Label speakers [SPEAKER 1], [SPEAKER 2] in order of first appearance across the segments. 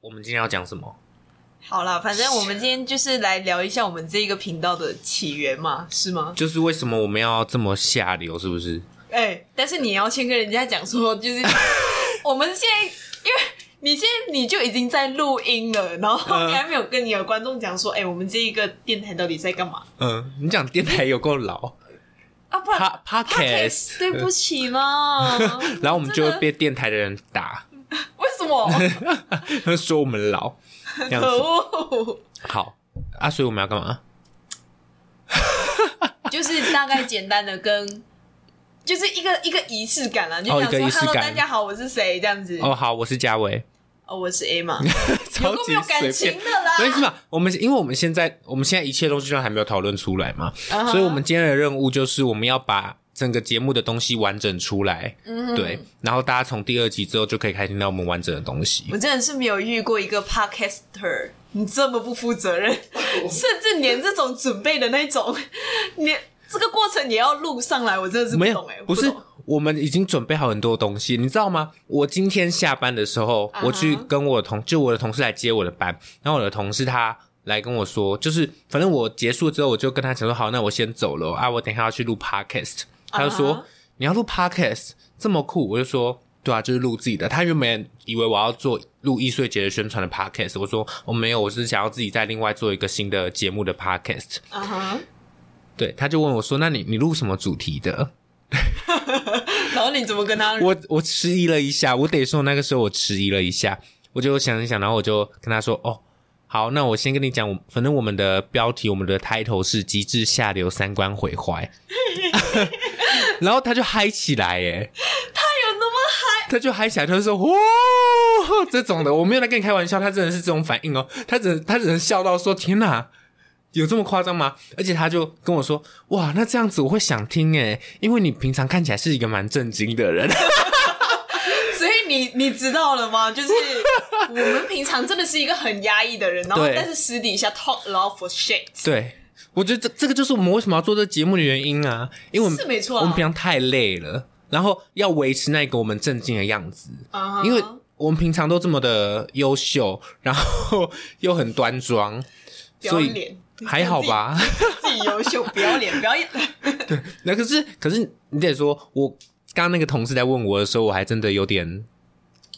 [SPEAKER 1] 我们今天要讲什么？
[SPEAKER 2] 好啦，反正我们今天就是啊来聊一下我们这一个频道的起源嘛，是吗？
[SPEAKER 1] 就是为什么我们要这么下流？是不是？
[SPEAKER 2] 哎、但是你要先跟人家讲说，就是 我们现在，因为你现在你就已经在录音了，然后
[SPEAKER 1] 嗯
[SPEAKER 2] 你还没有跟你的观众讲说，哎、我们这一个电台到底在干嘛
[SPEAKER 1] 嗯，你讲电台有够 老
[SPEAKER 2] 啊？不然
[SPEAKER 1] ，pa podcast，
[SPEAKER 2] 对不起 啦，
[SPEAKER 1] 然后我们就
[SPEAKER 2] 真
[SPEAKER 1] 会
[SPEAKER 2] 的
[SPEAKER 1] 被电台的人打，
[SPEAKER 2] 为什么？
[SPEAKER 1] 说我们老，这样
[SPEAKER 2] 可
[SPEAKER 1] 子
[SPEAKER 2] 恶！
[SPEAKER 1] 好啊。所以我们要干嘛？
[SPEAKER 2] 就是大概简单的跟。就是一个一个仪式感啦，就
[SPEAKER 1] 哦
[SPEAKER 2] 想
[SPEAKER 1] 一
[SPEAKER 2] 说、
[SPEAKER 1] 个仪式
[SPEAKER 2] h e l l o
[SPEAKER 1] 感
[SPEAKER 2] 大家好，我是谁”这样子。
[SPEAKER 1] 哦，好，我是嘉伟，
[SPEAKER 2] 哦，我是 A 嘛，有
[SPEAKER 1] 超
[SPEAKER 2] 够
[SPEAKER 1] 级
[SPEAKER 2] 没有感
[SPEAKER 1] 随
[SPEAKER 2] 情
[SPEAKER 1] 便。
[SPEAKER 2] 的啦。
[SPEAKER 1] 啊没事嘛，我们因为我们现在我们现在一切东西都还没有讨论出来嘛
[SPEAKER 2] 嗯哼
[SPEAKER 1] 所以我们今天的任务就是我们要把整个节目的东西完整出来，
[SPEAKER 2] 嗯
[SPEAKER 1] 对，然后大家从第二集之后就可以开始听到我们完整的东西。
[SPEAKER 2] 我真的是没有遇过一个 podcaster，你这么不负责任，
[SPEAKER 1] 哦
[SPEAKER 2] 甚至连这种准备的那种，你这个过程也要录上来，我真的是不
[SPEAKER 1] 没
[SPEAKER 2] 懂
[SPEAKER 1] 有
[SPEAKER 2] 哎、欸，，
[SPEAKER 1] 不是
[SPEAKER 2] 懂，
[SPEAKER 1] 我们已经准备好很多东西，你知道吗？我今天下班的时候
[SPEAKER 2] 啊哈
[SPEAKER 1] 我去跟我的同，就我的同事来接我的班，然后我的同事他来跟我说，就是反正我结束之后，我就跟他讲说，好，那我先走了哦啊，我等一下要去录 podcast。他就说、
[SPEAKER 2] 啊哈
[SPEAKER 1] 你要录 podcast 这么酷，我就说。对啊，就是录自己的。他原本以为我要做录易碎节的宣传的 podcast，我说我、没有，我是想要自己再另外做一个新的节目的 podcast。
[SPEAKER 2] 啊哈，
[SPEAKER 1] 对，他就问我说：“那你你录什么主题的？”
[SPEAKER 2] 然后你怎么跟他？
[SPEAKER 1] 我我迟疑了一下，我得说那个时候我迟疑了一下，我就想一想，然后我就跟他说：“哦，好，那我先跟你讲，我反正我们的标题，我们的 title 是‘极致下流，三观毁坏’， 然后他就嗨起来，耶，
[SPEAKER 2] 有那么
[SPEAKER 1] 他就嗨起来，他就说：‘哇，这种的，我没有在跟你开玩笑，他真的是这种反应哦，他只能他只能笑到说：‘天哪！’”有这么夸张吗？而且他就跟我说：“哇，那这样子我会想听诶，因为你平常看起来是一个蛮正经的人。”
[SPEAKER 2] 所以你你知道了吗？ 就是我们平常真的是一个很压抑的人，然后
[SPEAKER 1] 对
[SPEAKER 2] 但是私底下 talk a lot for shit，
[SPEAKER 1] 对，我觉得这这个就是我们为什么要做这节目的原因啊，因为我们
[SPEAKER 2] 是没错啊
[SPEAKER 1] 我们平常太累了，然后要维持那个我们正经的样子，
[SPEAKER 2] 啊哈
[SPEAKER 1] 因为我们平常都这么的优秀，然后 又很端庄，
[SPEAKER 2] 不要
[SPEAKER 1] 所以
[SPEAKER 2] 脸，
[SPEAKER 1] 还好吧？
[SPEAKER 2] 自己优秀，不要脸，不要 脸。
[SPEAKER 1] 那可是可是你得说，我刚刚那个同事在问我的时候，我还真的有点。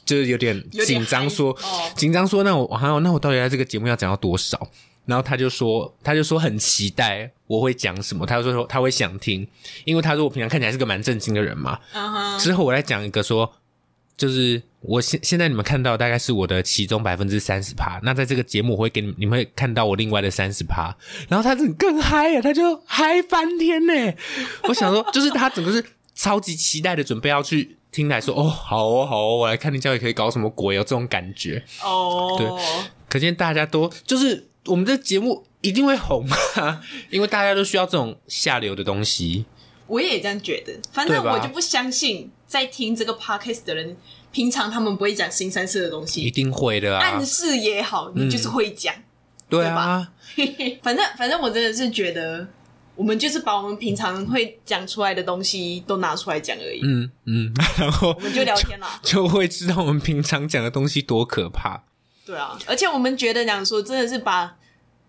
[SPEAKER 1] 就是有点
[SPEAKER 2] 有点
[SPEAKER 1] 紧张，
[SPEAKER 2] 嗨
[SPEAKER 1] 说
[SPEAKER 2] 哦
[SPEAKER 1] 紧张说，那我还有那我到底在这个节目要讲到多少？然后他就说，他就说很期待我会讲什么，他就说他会想听，因为他说我平常看起来是个蛮正经的人嘛。
[SPEAKER 2] 嗯哼，
[SPEAKER 1] 之后我再讲一个说，就是我现现在你们看到大概是我的其中百分之三十趴，那在这个节目我会给你们，你们会看到我另外的三十趴。然后他整个更嗨啊，他就嗨翻天呢、我想说，就是他整个是超级期待的，准备要去听来说，哦，好哦，好哦，我来看你教育可以搞什么鬼哦，这种感觉。
[SPEAKER 2] 哦，
[SPEAKER 1] 可见大家都就是我们这节目一定会红啊，因为大家都需要这种下流的东西。
[SPEAKER 2] 我也这样觉得。反正
[SPEAKER 1] 对吧
[SPEAKER 2] 我就不相信在听这个 podcast 的人，平常他们不会讲新三色的东
[SPEAKER 1] 一
[SPEAKER 2] 西，
[SPEAKER 1] 定会的啊
[SPEAKER 2] 暗，示也好，你就是会讲。
[SPEAKER 1] 对
[SPEAKER 2] 对
[SPEAKER 1] 啊
[SPEAKER 2] 吧，反正反正我真的是觉得，我们就是把我们平常会讲出来的东西都拿出来讲而已，
[SPEAKER 1] 嗯嗯，然后
[SPEAKER 2] 我们就聊 天啦。
[SPEAKER 1] 就会知道我们平常讲的东西多可怕。
[SPEAKER 2] 对啊，而且我们觉得讲说，真的是把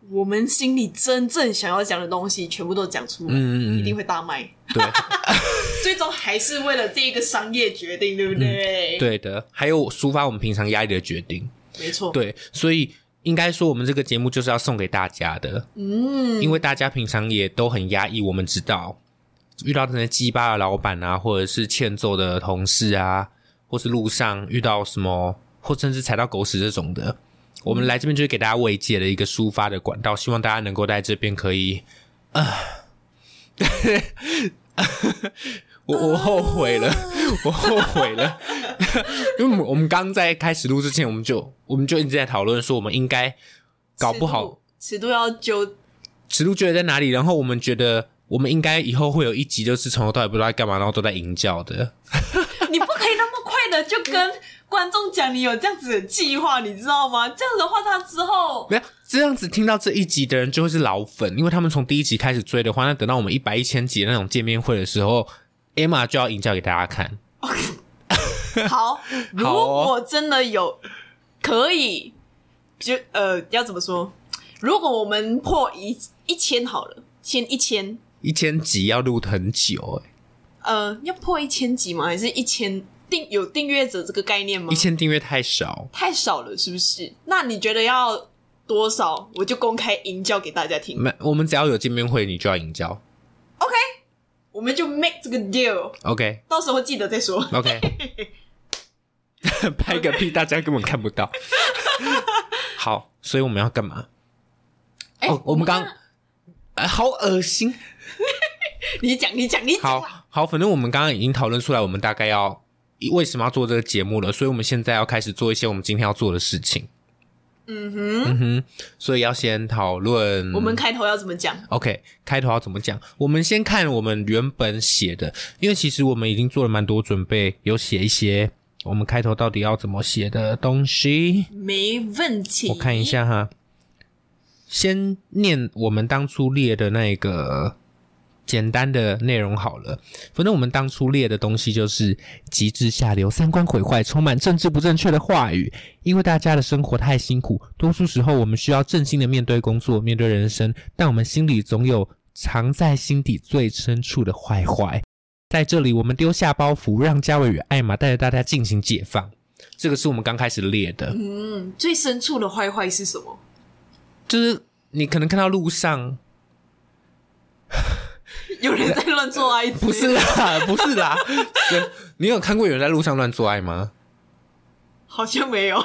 [SPEAKER 2] 我们心里真正想要讲的东西全部都讲出来，
[SPEAKER 1] 嗯
[SPEAKER 2] 一
[SPEAKER 1] 嗯
[SPEAKER 2] 定
[SPEAKER 1] 嗯，
[SPEAKER 2] 会大卖。
[SPEAKER 1] 对
[SPEAKER 2] 最终还是为了这一个商业决定，对不对？，
[SPEAKER 1] 嗯对的，还有抒发我们平常压力的决定。
[SPEAKER 2] 没错。
[SPEAKER 1] 对，所以应该说我们这个节目就是要送给大家的，
[SPEAKER 2] 嗯，
[SPEAKER 1] 因为大家平常也都很压抑，我们知道遇到那些鸡巴的老板啊，或者是欠揍的同事啊，或是路上遇到什么，或甚至踩到狗屎这种的，嗯我们来这边就是给大家慰藉的一个抒发的管道，希望大家能够在这边可 以，啊、我我后悔了，我后悔了。 因为我们我们刚在开始录之前，我们就我们就一直在讨论说，我们应该搞不好
[SPEAKER 2] 尺度尺度要纠，
[SPEAKER 1] 尺度觉得在哪里，然后我们觉得我们应该以后会有一集，就是从头到尾不知道在干嘛，然后都在营教的。
[SPEAKER 2] 你不可以那么快的就跟观众讲你有这样子的计划，你知道吗？这样的话，他之后
[SPEAKER 1] 没有这样子，听到这一集的人就会是老粉，因为他们从第一集开始追的话，那等到我们一百一千集的那种见面会的时候，Emma 就要营教给大家看。哦
[SPEAKER 2] 好，如果真的有可以就呃要怎么说？如果我们破一一千好了，先一千，
[SPEAKER 1] 一千集要录很久、欸，
[SPEAKER 2] 呃，要破一千集吗？还是一千订有订阅者这个概念吗
[SPEAKER 1] 一？千订阅太少，
[SPEAKER 2] 太少了，是不是？那你觉得要多少？我就公开营教给大家听。
[SPEAKER 1] 没，我们只要有见面会，你就要营销。
[SPEAKER 2] OK，我们就 make 这个 deal，
[SPEAKER 1] OK
[SPEAKER 2] 到时候记得再说。
[SPEAKER 1] OK，拍个屁，大家根本看不 到。好，所以我们要干嘛？
[SPEAKER 2] 哎、
[SPEAKER 1] 哦，我们刚、呃好恶心。
[SPEAKER 2] 你讲，你讲，你讲啦。
[SPEAKER 1] 好好，反正我们刚刚已经讨论出来，我们大概要为什么要做这个节目了，所以我们现在要开始做一些我们今天要做的事情。
[SPEAKER 2] 嗯哼，
[SPEAKER 1] 嗯哼，所以要先讨论
[SPEAKER 2] 我们开头要怎么讲？
[SPEAKER 1] OK，开头要怎么讲？我们先看我们原本写的，因为其实我们已经做了蛮多准备，有写一些我们开头到底要怎么写的东西。
[SPEAKER 2] 没问题。
[SPEAKER 1] 我看一，下哈，先念我们当初列的那个简单的内容好了。反正我们当初列的东西就是极致下流、三观毁坏、充满政治不正确的话语。因为大家的生活太辛苦，多数时候我们需要正心的面对工作、面对人生，但我们心里总有藏在心底最深处的坏坏。在这里，我们丢下包袱，让嘉伟与艾玛带着大家进行解放。这个是我们刚开始列的。
[SPEAKER 2] 嗯，最深处的坏坏是什么？
[SPEAKER 1] 就是你可能看到路上，
[SPEAKER 2] 有人在乱做爱，
[SPEAKER 1] 不是 啦，不是啦，对你有看过有人在路上乱做爱吗？
[SPEAKER 2] 好像 没有。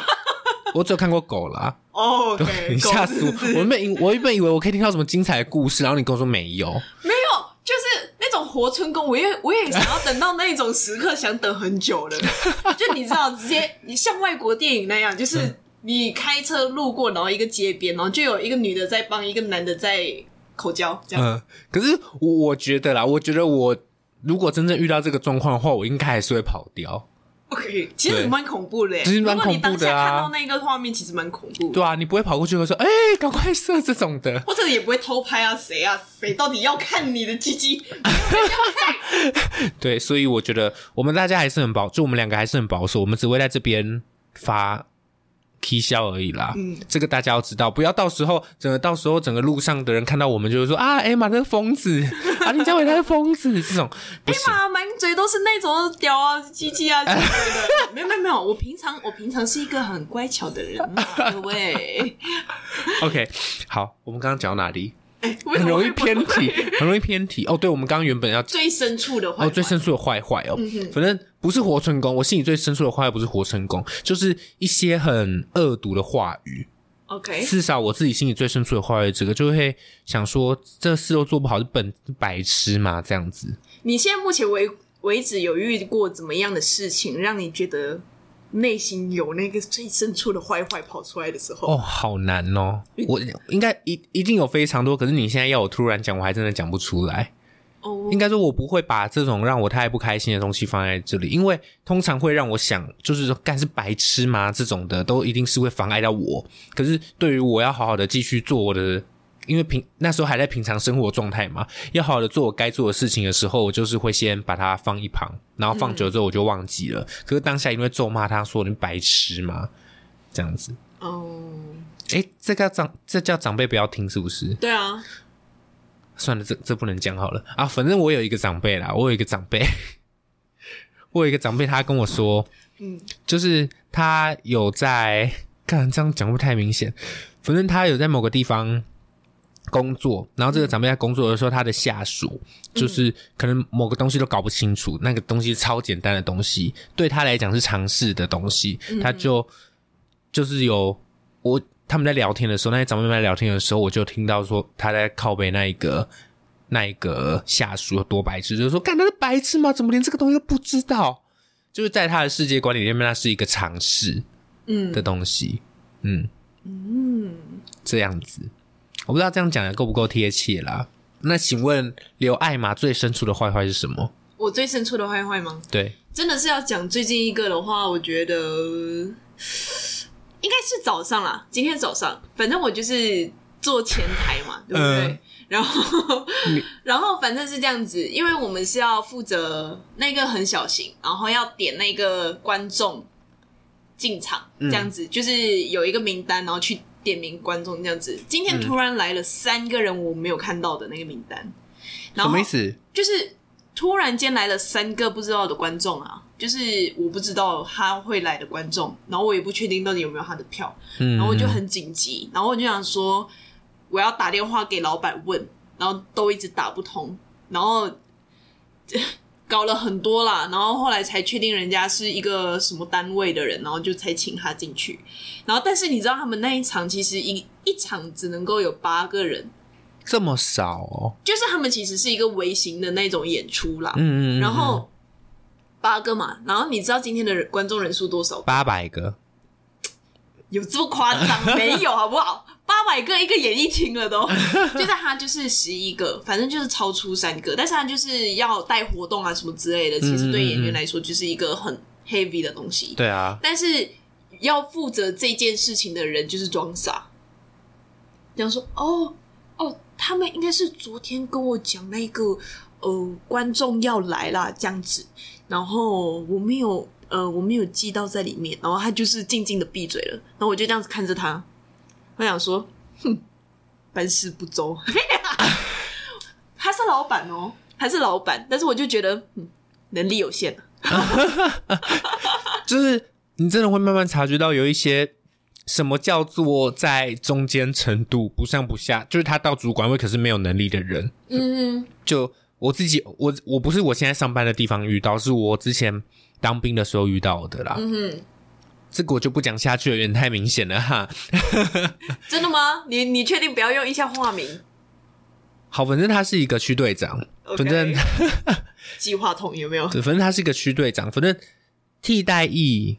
[SPEAKER 1] 我只有看过狗啦，
[SPEAKER 2] 哦
[SPEAKER 1] 你
[SPEAKER 2] OK，
[SPEAKER 1] 吓死
[SPEAKER 2] 狗
[SPEAKER 1] 我！
[SPEAKER 2] 是不是
[SPEAKER 1] 我原本以我原本以为我可以听到什么精彩的故事，然后你跟我说没有，
[SPEAKER 2] 没有，就是那种活春宫，我也我也想要等到那种时刻，想等很久 了。就你知道，直接你像外国电影那样，
[SPEAKER 1] 嗯
[SPEAKER 2] 就是你开车路过，然后一个街边，然后就有一个女的在帮一个男的在口交，这样。
[SPEAKER 1] 嗯，可是我我觉得啦，我觉得我如果真正遇到这个状况的话，我应该还是会跑掉。
[SPEAKER 2] OK，其实
[SPEAKER 1] 对
[SPEAKER 2] 蛮恐怖的耶，
[SPEAKER 1] 其实蛮
[SPEAKER 2] 如果你
[SPEAKER 1] 恐怖
[SPEAKER 2] 当
[SPEAKER 1] 的啊
[SPEAKER 2] 下看到那个画面，其实蛮恐怖的。
[SPEAKER 1] 对啊，你不会跑过去会说，哎、赶快射这种的。
[SPEAKER 2] 或者也不会偷拍啊，谁啊，谁到底要看你的鸡鸡？
[SPEAKER 1] 对，所以我觉得我们大家还是很保，就我们两个还是很保守，我们只会在这边发 K 笑而已啦。
[SPEAKER 2] 嗯，
[SPEAKER 1] 这个大家要知道，不要到时候整个到时候整个路上的人看到我们就会说啊，艾玛他是疯子，啊林嘉伟他是疯子，这种
[SPEAKER 2] 哎
[SPEAKER 1] 不行。
[SPEAKER 2] 啊妈，满嘴都是那种屌啊、鸡鸡啊之类的。没有没有没有，我平常我 平常是一个很乖巧的人啊嘛， 各位。
[SPEAKER 1] OK，好，我们刚刚讲到哪里？
[SPEAKER 2] 为什
[SPEAKER 1] 很
[SPEAKER 2] 么
[SPEAKER 1] 容易
[SPEAKER 2] 会
[SPEAKER 1] 偏题，很容易偏题。哦，对，我们刚刚原本要
[SPEAKER 2] 最深处的坏嗯
[SPEAKER 1] 哦
[SPEAKER 2] 话，
[SPEAKER 1] 最深处的坏坏哦，反正不是活成功，我心里最深处的坏不是活成功，就是一些很恶毒的话语。
[SPEAKER 2] OK，
[SPEAKER 1] 至少我自己心里最深处的话语，这个就会想说，这事都做不好是本白痴嘛，这样子。
[SPEAKER 2] 你现在目前为为止有遇过怎么样的事情，让你觉得内心有那个最深处的坏坏跑出来的时候？
[SPEAKER 1] 哦，好难哦！我应该一一定有非常多，可是你现在要我突然讲，我还真的讲不出来。
[SPEAKER 2] 哦
[SPEAKER 1] 应该说，我不会把这种让我太不开心的东西放在这里，因为通常会让我想，就是说，干是白痴吗？这种的都一定是会妨碍到我。可是对于我要好好的继续做我的，因为平那时候还在平常生活状态嘛，要好好的做我该做的事情的时候，我就是会先把它放一旁，然后放久了之后我就忘记了。可是当下因为咒骂他说你白痴吗？这样子。
[SPEAKER 2] 哦，
[SPEAKER 1] 哎、这个长这叫长辈不要听是不是？
[SPEAKER 2] 对啊，
[SPEAKER 1] 算了，这这不能讲好了啊。反正我有一个长辈啦，我有一个长辈， 我有一个长辈，他跟我说，
[SPEAKER 2] 嗯，
[SPEAKER 1] 就是他有在，看这样讲会不会太明显？反正他有在某个地方工作，然后这个长辈在工作的时候，他的下属就是可能某个东西都搞不清楚，那个东西超简单的东西，对他来讲是常识的东西，他就就是有我他们在聊天的时候，那些长辈们在聊天的时候，我就听到说他在靠北那一个。那一个下属有多白痴，就是说，干他是白痴吗？怎么连这个东西都不知道？就是在他的世界观里面，那是一个常识
[SPEAKER 2] 嗯
[SPEAKER 1] 的东西，嗯，
[SPEAKER 2] 嗯，
[SPEAKER 1] 这样子，我不知道这样讲的够不够贴切啦。那请问刘艾玛最深处的坏坏是什么？
[SPEAKER 2] 我最深处的坏坏吗？
[SPEAKER 1] 对，
[SPEAKER 2] 真的是要讲最近一个的话，我觉得应该是早上啦，今天早上，反正我就是做前台嘛，对不对？
[SPEAKER 1] 嗯
[SPEAKER 2] 然后， 然后反正是这样子，因为我们是要负责那个很小型，然后要点那个观众进场，
[SPEAKER 1] 嗯
[SPEAKER 2] 这样子、就是有一个名单，然后去点名观众这样子。今
[SPEAKER 1] 嗯
[SPEAKER 2] 天突然来了三个人我没有看到的那个名单，
[SPEAKER 1] 什
[SPEAKER 2] 然后
[SPEAKER 1] 么意思？
[SPEAKER 2] 就是突然间来了三个不知道的观众啊，就是我不知道他会来的观众，然后我也不确定到底有没有他的票，
[SPEAKER 1] 嗯，
[SPEAKER 2] 然后我就很紧急，然后我就想说我要打电话给老板问，然后都一直打不通，然后搞了很多啦，然后后来才确定人家是一个什么单位的人，然后就才请他进去，然后但是你知道他们那一场其实一一场只能够有八个人，
[SPEAKER 1] 这么少哦，
[SPEAKER 2] 就是他们其实是一个微型的那种演出啦，
[SPEAKER 1] 嗯嗯嗯，
[SPEAKER 2] 然后八个嘛，然后你知道今天的人观众人数多少吗？
[SPEAKER 1] 八百个，
[SPEAKER 2] 有这么夸张？没有，好不好？ 八百个一个演艺厅了都，就是他就是十一个，反正就是超出三个，但是他就是要带活动啊什么之类的，其实对演员来说就是一个很 heavy 的东西，
[SPEAKER 1] 对啊，
[SPEAKER 2] 但是要负责这件事情的人就是装傻，这样说哦哦，他们应该是昨天跟我讲那个呃观众要来啦这样子，然后我没有呃我没有记到在里面，然后他就是静静的闭嘴了，然后我就这样子看着他，我想说，哼，办事不周， 他是老板哦，他是老板，但是我就觉得嗯能力有限啊
[SPEAKER 1] 就是你真的会慢慢察觉到有一些什么叫做在中间程度不上不下，就是他到主管位可是没有能力的人。
[SPEAKER 2] 嗯
[SPEAKER 1] 就我自己，我我不是我现在上班的地方遇到，是我之前当兵的时候遇到的啦。
[SPEAKER 2] 嗯哼。
[SPEAKER 1] 这个我就不讲下去了，有点太明显了哈。
[SPEAKER 2] 真的吗？你你确定不要用一下化名
[SPEAKER 1] 好，反正他是一个区队长，
[SPEAKER 2] ？OK
[SPEAKER 1] 反正
[SPEAKER 2] 计划筒有没有？
[SPEAKER 1] 对，反正他是一个区队长，反正替代役。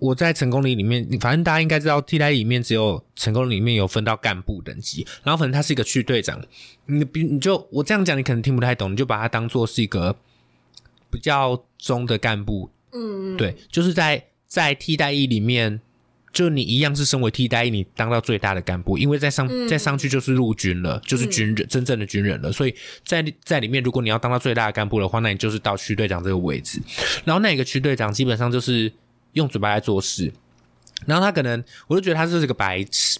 [SPEAKER 1] 我在成功里里面，反正大家应该知道，替代役里面只有成功里面有分到干部等级，然后反正他是一个区队长，你比你就我这样讲，你可能听不太懂，你就把他当做是一个比较中的干部，
[SPEAKER 2] 嗯，
[SPEAKER 1] 对，就是在在替代役里面，就你一样是身为替代役，你当到最大的干部，因为再上、
[SPEAKER 2] 嗯
[SPEAKER 1] 再上去就是陆军了，就是军人、真正的军人了，所以在在里面，如果你要当到最大的干部的话，那你就是到区队长这个位置，然后那个区队长基本上就是用嘴巴来做事，然后他可能我就觉得他就是个白痴。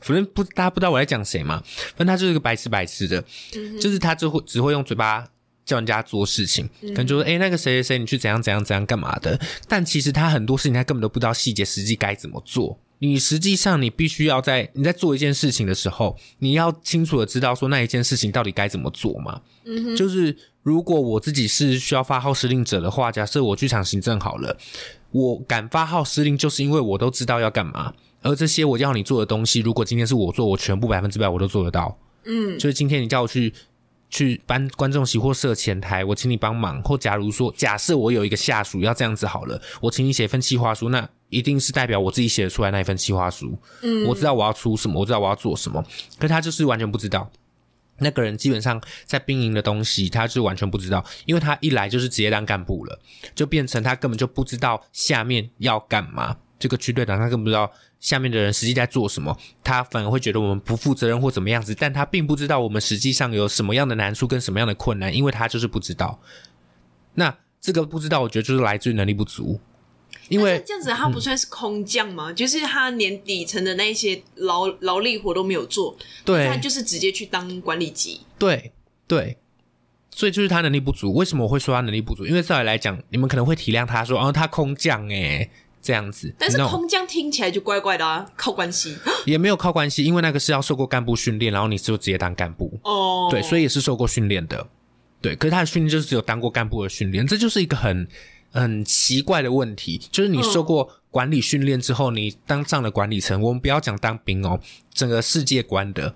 [SPEAKER 1] 反正不，大家不知道我在讲谁嘛。反正他就是个白痴白痴的，
[SPEAKER 2] 嗯
[SPEAKER 1] 就是他就会只会用嘴巴叫人家做事情，可能就说：“哎、那个谁谁谁，你去怎样怎样怎样干嘛的。”但其实他很多事情他根本都不知道细节，实际该怎么做。你实际上你必须要在你在做一件事情的时候，你要清楚的知道说那一件事情到底该怎么做嘛。
[SPEAKER 2] 嗯哼，
[SPEAKER 1] 就是如果我自己是需要发号施令者的话，假设我去场行政好了，我敢发号施令，就是因为我都知道要干嘛。而这些我要你做的东西，如果今天是我做，我全部百分之百我都做得到。
[SPEAKER 2] 嗯
[SPEAKER 1] 就是今天你叫我去去搬观众席或设前台，我请你帮忙。或假如说，假设我有一个下属要这样子好了，我请你写一份企划书，那一定是代表我自己写得出来那一份企划书。
[SPEAKER 2] 嗯，
[SPEAKER 1] 我知道我要出什么，我知道我要做什么，可他就是完全不知道。那个人基本上在兵营的东西，他是完全不知道，因为他一来就是直接当干部了，就变成他根本就不知道下面要干嘛。这个区队长他根本不知道下面的人实际在做什么，他反而会觉得我们不负责任或怎么样子，但他并不知道我们实际上有什么样的难处跟什么样的困难，因为他就是不知道。那这个不知道，我觉得就是来自于能力不足，因
[SPEAKER 2] 但
[SPEAKER 1] 为
[SPEAKER 2] 是这样子他不算是空降吗？就是他连底层的那一些劳劳力活都没有做，
[SPEAKER 1] 对
[SPEAKER 2] 他就是直接去当管理级。
[SPEAKER 1] 对对，所以就是他能力不足。为什么我会说他能力不足？因为照理来讲，你们可能会体谅他说，哦，他空降诶、这样子，
[SPEAKER 2] 但是
[SPEAKER 1] No，
[SPEAKER 2] 空降听起来就怪怪的啊，靠关系
[SPEAKER 1] 也没有靠关系，因为那个是要受过干部训练，然后你就直接当干部，
[SPEAKER 2] 哦。
[SPEAKER 1] 对，所
[SPEAKER 2] 以
[SPEAKER 1] 以也是受过训练的，对。可是他的训练就是只有当过干部的训练，这就是一个很很奇怪的问题，就是你受过管理训练之后，你当上了管理层，我们不要讲当兵哦，整个世界观的，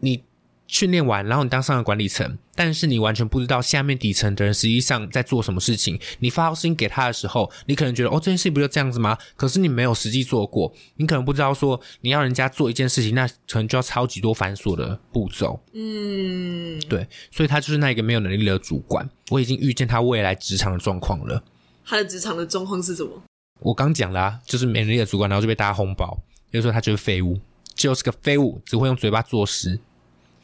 [SPEAKER 1] 你训练完，然后你当上了管理层，但是你完全不知道下面底层的人实际上在做什么事情。你发号施令给他的时候，你可能觉得哦，这件事情不就这样子吗？可是你没有实际做过，你可能不知道说你要人家做一件事情，那可能就要超级多繁琐的步骤。
[SPEAKER 2] 嗯，
[SPEAKER 1] 对，所以他就是那一个没有能力的主管。我已经预见他未来职场的状况了。
[SPEAKER 2] 他的职场的状况是什么？
[SPEAKER 1] 我刚讲啦、啊就是没能力的主管，然后就被大家轰爆，也就是说他就是废物，就是个废物，只会用嘴巴做事，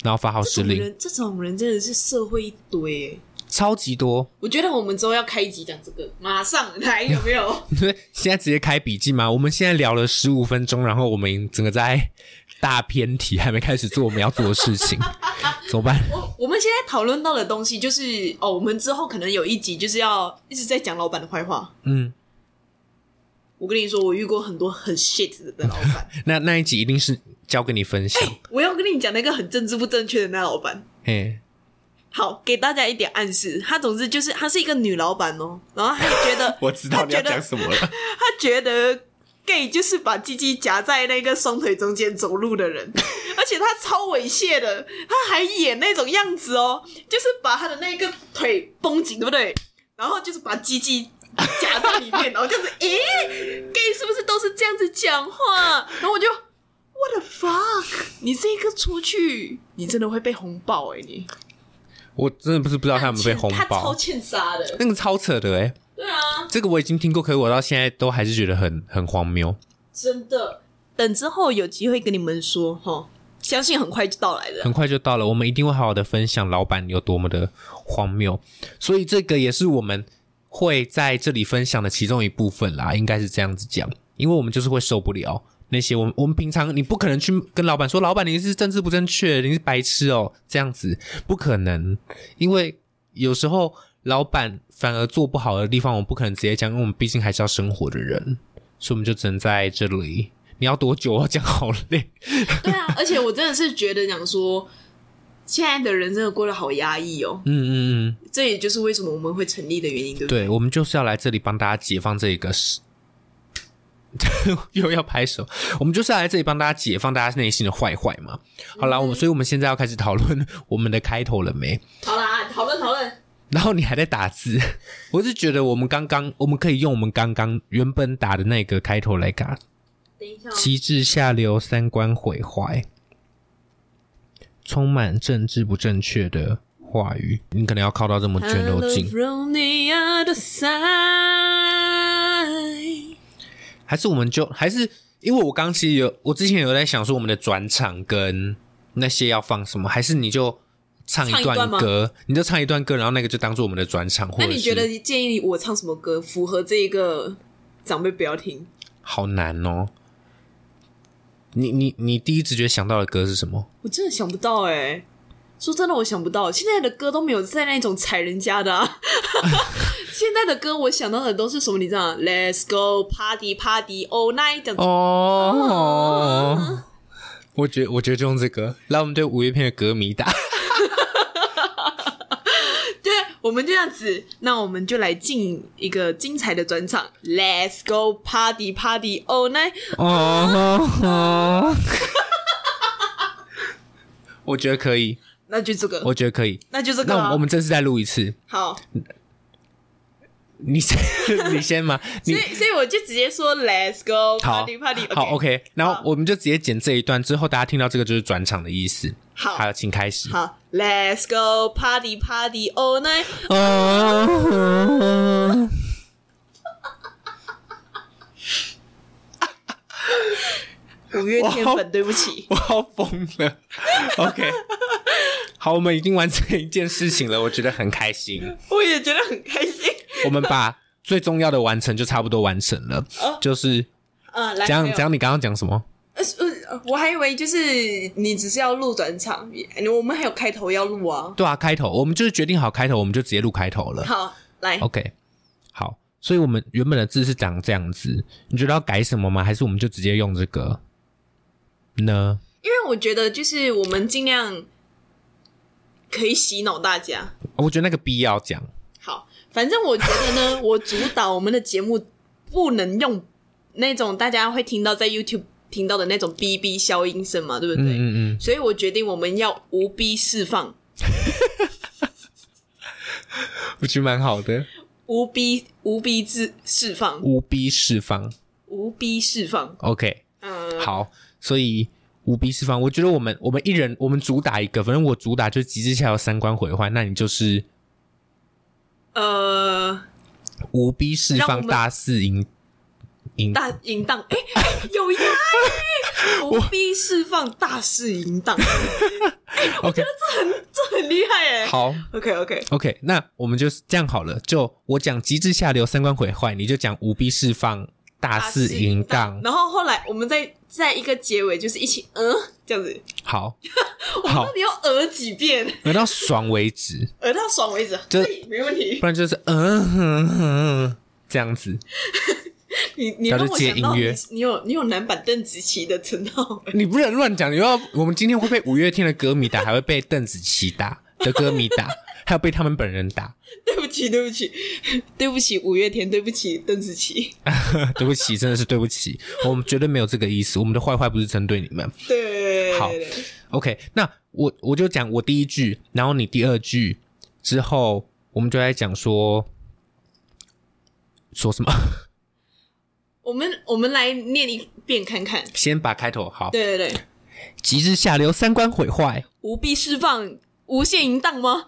[SPEAKER 1] 然后发号
[SPEAKER 2] 这
[SPEAKER 1] 施
[SPEAKER 2] 种
[SPEAKER 1] 令。
[SPEAKER 2] 人，这种人真的是社会一堆欸。
[SPEAKER 1] 超级多。
[SPEAKER 2] 我觉得我们之后要开一集讲这个，马上来有没有？
[SPEAKER 1] 对，现在直接开笔记吗？我们现在聊了十五分钟，然后我们整个在大偏题，还没开始做我们要做的事情，怎么办？
[SPEAKER 2] 我我们现在讨论到的东西就是哦，我们之后可能有一集就是要一直在讲老板的坏话。
[SPEAKER 1] 嗯，
[SPEAKER 2] 我跟你说，我遇过很多很 shit 的老板。
[SPEAKER 1] 那那一集一定是交给你分享。
[SPEAKER 2] 我要跟你讲那个很政治不正确的那老板。
[SPEAKER 1] 嘿，
[SPEAKER 2] 好，给大家一点暗示，她总之就是她是一个女老板哦，然后她觉 得
[SPEAKER 3] 我知道你要讲什么了。
[SPEAKER 2] 她觉得 gay 就是把鸡鸡夹在那个双腿中间走路的 人，而且她超猥亵的，她还演那种样子哦，就是把她的那个腿绷紧，对不对？然后就是把鸡鸡。夹在里 面，然后就是，诶、g a y 是不是都是这样子讲话？然后我就，What the fuck！你这个出去，你真的会被轰爆诶、你
[SPEAKER 1] 我真的不是不知道他有没有被轰
[SPEAKER 2] 他超
[SPEAKER 1] 爆，
[SPEAKER 2] 欠杀的，
[SPEAKER 1] 那个超扯的哎、
[SPEAKER 2] 对啊，
[SPEAKER 1] 这个我已经听过，可是我到现在都还是觉得很很荒谬。
[SPEAKER 2] 真的。等之后有机会跟你们说哈，相信很快就到来了。
[SPEAKER 1] 很快就到了，我们一定会好好的分享老板有多么的荒谬，所以这个也是我们会在这里分享的其中一部分啦，应该是这样子讲，因为我们就是会受不了那些我们我们平常你不可能去跟老板说，老板你是政治不正确，你是白痴哦，这样子不可能，因为有时候老板反而做不好的地方，我们不可能直接讲，因为我们毕竟还是要生活的人，所以我们就只能在这里。你要多久？我哦 要讲好累。
[SPEAKER 2] 对啊，而且我真的是觉得讲说，现在的人真的过得好压抑哦，
[SPEAKER 1] 嗯嗯嗯。
[SPEAKER 2] 这也就是为什么我们会成立的原因，对不对？
[SPEAKER 1] 对，我们就是要来这里帮大家解放这个是， 又要拍手。我们就是要来这里帮大家解放大家内心的坏坏嘛。好啦，我们所以我们现在要开始讨论我们的开头了没？
[SPEAKER 2] 好啦，讨论讨论。
[SPEAKER 1] 然后你还在打字， 我是觉得我们刚刚我们可以用我们刚刚原本打的那个开头来打，
[SPEAKER 2] 等一下哦
[SPEAKER 1] 旗帜下流，三观毁坏，充满政治不正确的话语，你可能要靠到这么卷
[SPEAKER 2] 啊
[SPEAKER 1] 都近。
[SPEAKER 2] from the other side。
[SPEAKER 1] 还是我们就还是因为我刚其实有我之前有在想说我们的转场跟那些要放什么，还是你就唱一
[SPEAKER 2] 唱一段
[SPEAKER 1] 段
[SPEAKER 2] 吗
[SPEAKER 1] 歌，你就唱一段歌，然后那个就当做我们的转场，或
[SPEAKER 2] 那
[SPEAKER 1] 者
[SPEAKER 2] 你觉
[SPEAKER 1] 是
[SPEAKER 2] 得建议我唱什么歌符合这一个长辈不要听？
[SPEAKER 1] 好难哦？你你你第一直觉想到的歌是什么？
[SPEAKER 2] 我真的想不到哎、说真的，我想不到，现在的歌都没有在那种踩人家的、啊。 现在的歌我想到的都是什么？你知道吗？Let's go party party all night 这样子。
[SPEAKER 1] 哦，我觉我觉得就用这个让我们对五月天的歌迷打。
[SPEAKER 2] 对，我们就这样子，那我们就来进一个精彩的转场。Let's go party party all night。
[SPEAKER 1] 哦， 我觉得可以，
[SPEAKER 2] 那就这个，
[SPEAKER 1] 我觉得可以。
[SPEAKER 2] 那就这
[SPEAKER 1] 那
[SPEAKER 2] 个
[SPEAKER 1] 我
[SPEAKER 2] 啊、
[SPEAKER 1] 们我们正式再录一次。
[SPEAKER 2] 好，
[SPEAKER 1] 你先， 你先嘛，你
[SPEAKER 2] 所以所以我就直接说 Let's go
[SPEAKER 1] 好
[SPEAKER 2] party party。
[SPEAKER 1] 好 OK，然后我们就直接剪这一段，之后大家听到这个就是转场的意思。
[SPEAKER 2] 好
[SPEAKER 1] 好，请开始。
[SPEAKER 2] 好，Let's go party party all night。
[SPEAKER 1] 啊哦，
[SPEAKER 2] 五月天粉，对不起。
[SPEAKER 1] 我要疯了。OK，好，我们已经完成一件事情了，我觉得很开心。
[SPEAKER 2] 我也觉得很开心。
[SPEAKER 1] 我们把最重要的完成就差不多完成了
[SPEAKER 2] 哦，
[SPEAKER 1] 就是
[SPEAKER 2] 嗯，来，
[SPEAKER 1] 怎样
[SPEAKER 2] 没有
[SPEAKER 1] 怎样？你刚刚讲什么？
[SPEAKER 2] 呃呃，我还以为就是你只是要录转场，我们还有开头要录啊。
[SPEAKER 1] 对啊，开头我们就是决定好开头，我们就直接录开头了。
[SPEAKER 2] 好，来，
[SPEAKER 1] OK，好，所以我们原本的字是长这样子，你觉得要改什么吗？还是我们就直接用这个呢？
[SPEAKER 2] 因为我觉得就是我们尽量可以洗脑大家。
[SPEAKER 1] 我觉得那个必要讲，
[SPEAKER 2] 好，反正我觉得 呢，我主导我们的节目不能用那种大家会听到在 YouTube 听到的那种哔哔消音声嘛，对不
[SPEAKER 1] 嗯
[SPEAKER 2] 对？
[SPEAKER 1] 嗯嗯，
[SPEAKER 2] 所以我决定我们要无逼释放，
[SPEAKER 1] 我觉得蛮好的，
[SPEAKER 2] 无逼无逼自释放，
[SPEAKER 1] 无逼释放
[SPEAKER 2] 无逼释放。
[SPEAKER 1] ，OK，
[SPEAKER 2] 嗯，
[SPEAKER 1] 好，所以。无逼释放，我觉得我们我们一人我们主打一个，反正我主打就是极致下有三观毁坏，那你就是
[SPEAKER 2] 呃，
[SPEAKER 1] 无逼释
[SPEAKER 2] 让我
[SPEAKER 1] 放
[SPEAKER 2] 们
[SPEAKER 1] 大四赢赢
[SPEAKER 2] 大淫荡，哎、哎有压力，牛逼释放大势淫荡，
[SPEAKER 1] OK，
[SPEAKER 2] 这很厉害哎、
[SPEAKER 1] 好
[SPEAKER 2] OK OK，
[SPEAKER 1] ，OK，那我们就是这样好了。就我讲极致下流、三观毁坏，你就讲无逼释放、大肆淫荡。
[SPEAKER 2] 然后后来我们再在一个结尾，就是一起嗯这样子，
[SPEAKER 1] 好，
[SPEAKER 2] 我们
[SPEAKER 1] 好
[SPEAKER 2] 到底要呃几遍，
[SPEAKER 1] 等到爽为 止，
[SPEAKER 2] 呃到爽为止，
[SPEAKER 1] 这
[SPEAKER 2] 可以没问题。
[SPEAKER 1] 不然就是嗯哼哼这样子。
[SPEAKER 2] 你你
[SPEAKER 1] 然
[SPEAKER 2] 让
[SPEAKER 1] 后
[SPEAKER 2] 我
[SPEAKER 1] 就借
[SPEAKER 2] 想到
[SPEAKER 1] 音
[SPEAKER 2] 你
[SPEAKER 1] 乐
[SPEAKER 2] 你有你有男版邓紫棋的称号，
[SPEAKER 1] 你不能乱讲，你又要我们今天会被五月天的歌迷打，还会被邓紫棋打的歌迷打，还有被他们本人打。
[SPEAKER 2] 对不起对不起 对不起五月天，对不起邓紫棋，
[SPEAKER 1] 对不起，真的是对不起，我们绝对没有这个意思，我们的坏坏不是针对你们。
[SPEAKER 2] 对，
[SPEAKER 1] 好 OK，那我我就讲我第一句，然后你第二句之后，我们就来讲说说什么，
[SPEAKER 2] 我们我们来念一遍看看，
[SPEAKER 1] 先把开头好，
[SPEAKER 2] 对对对，
[SPEAKER 1] 极致下流，三观毁坏，
[SPEAKER 2] 无臂释放，无限淫荡吗？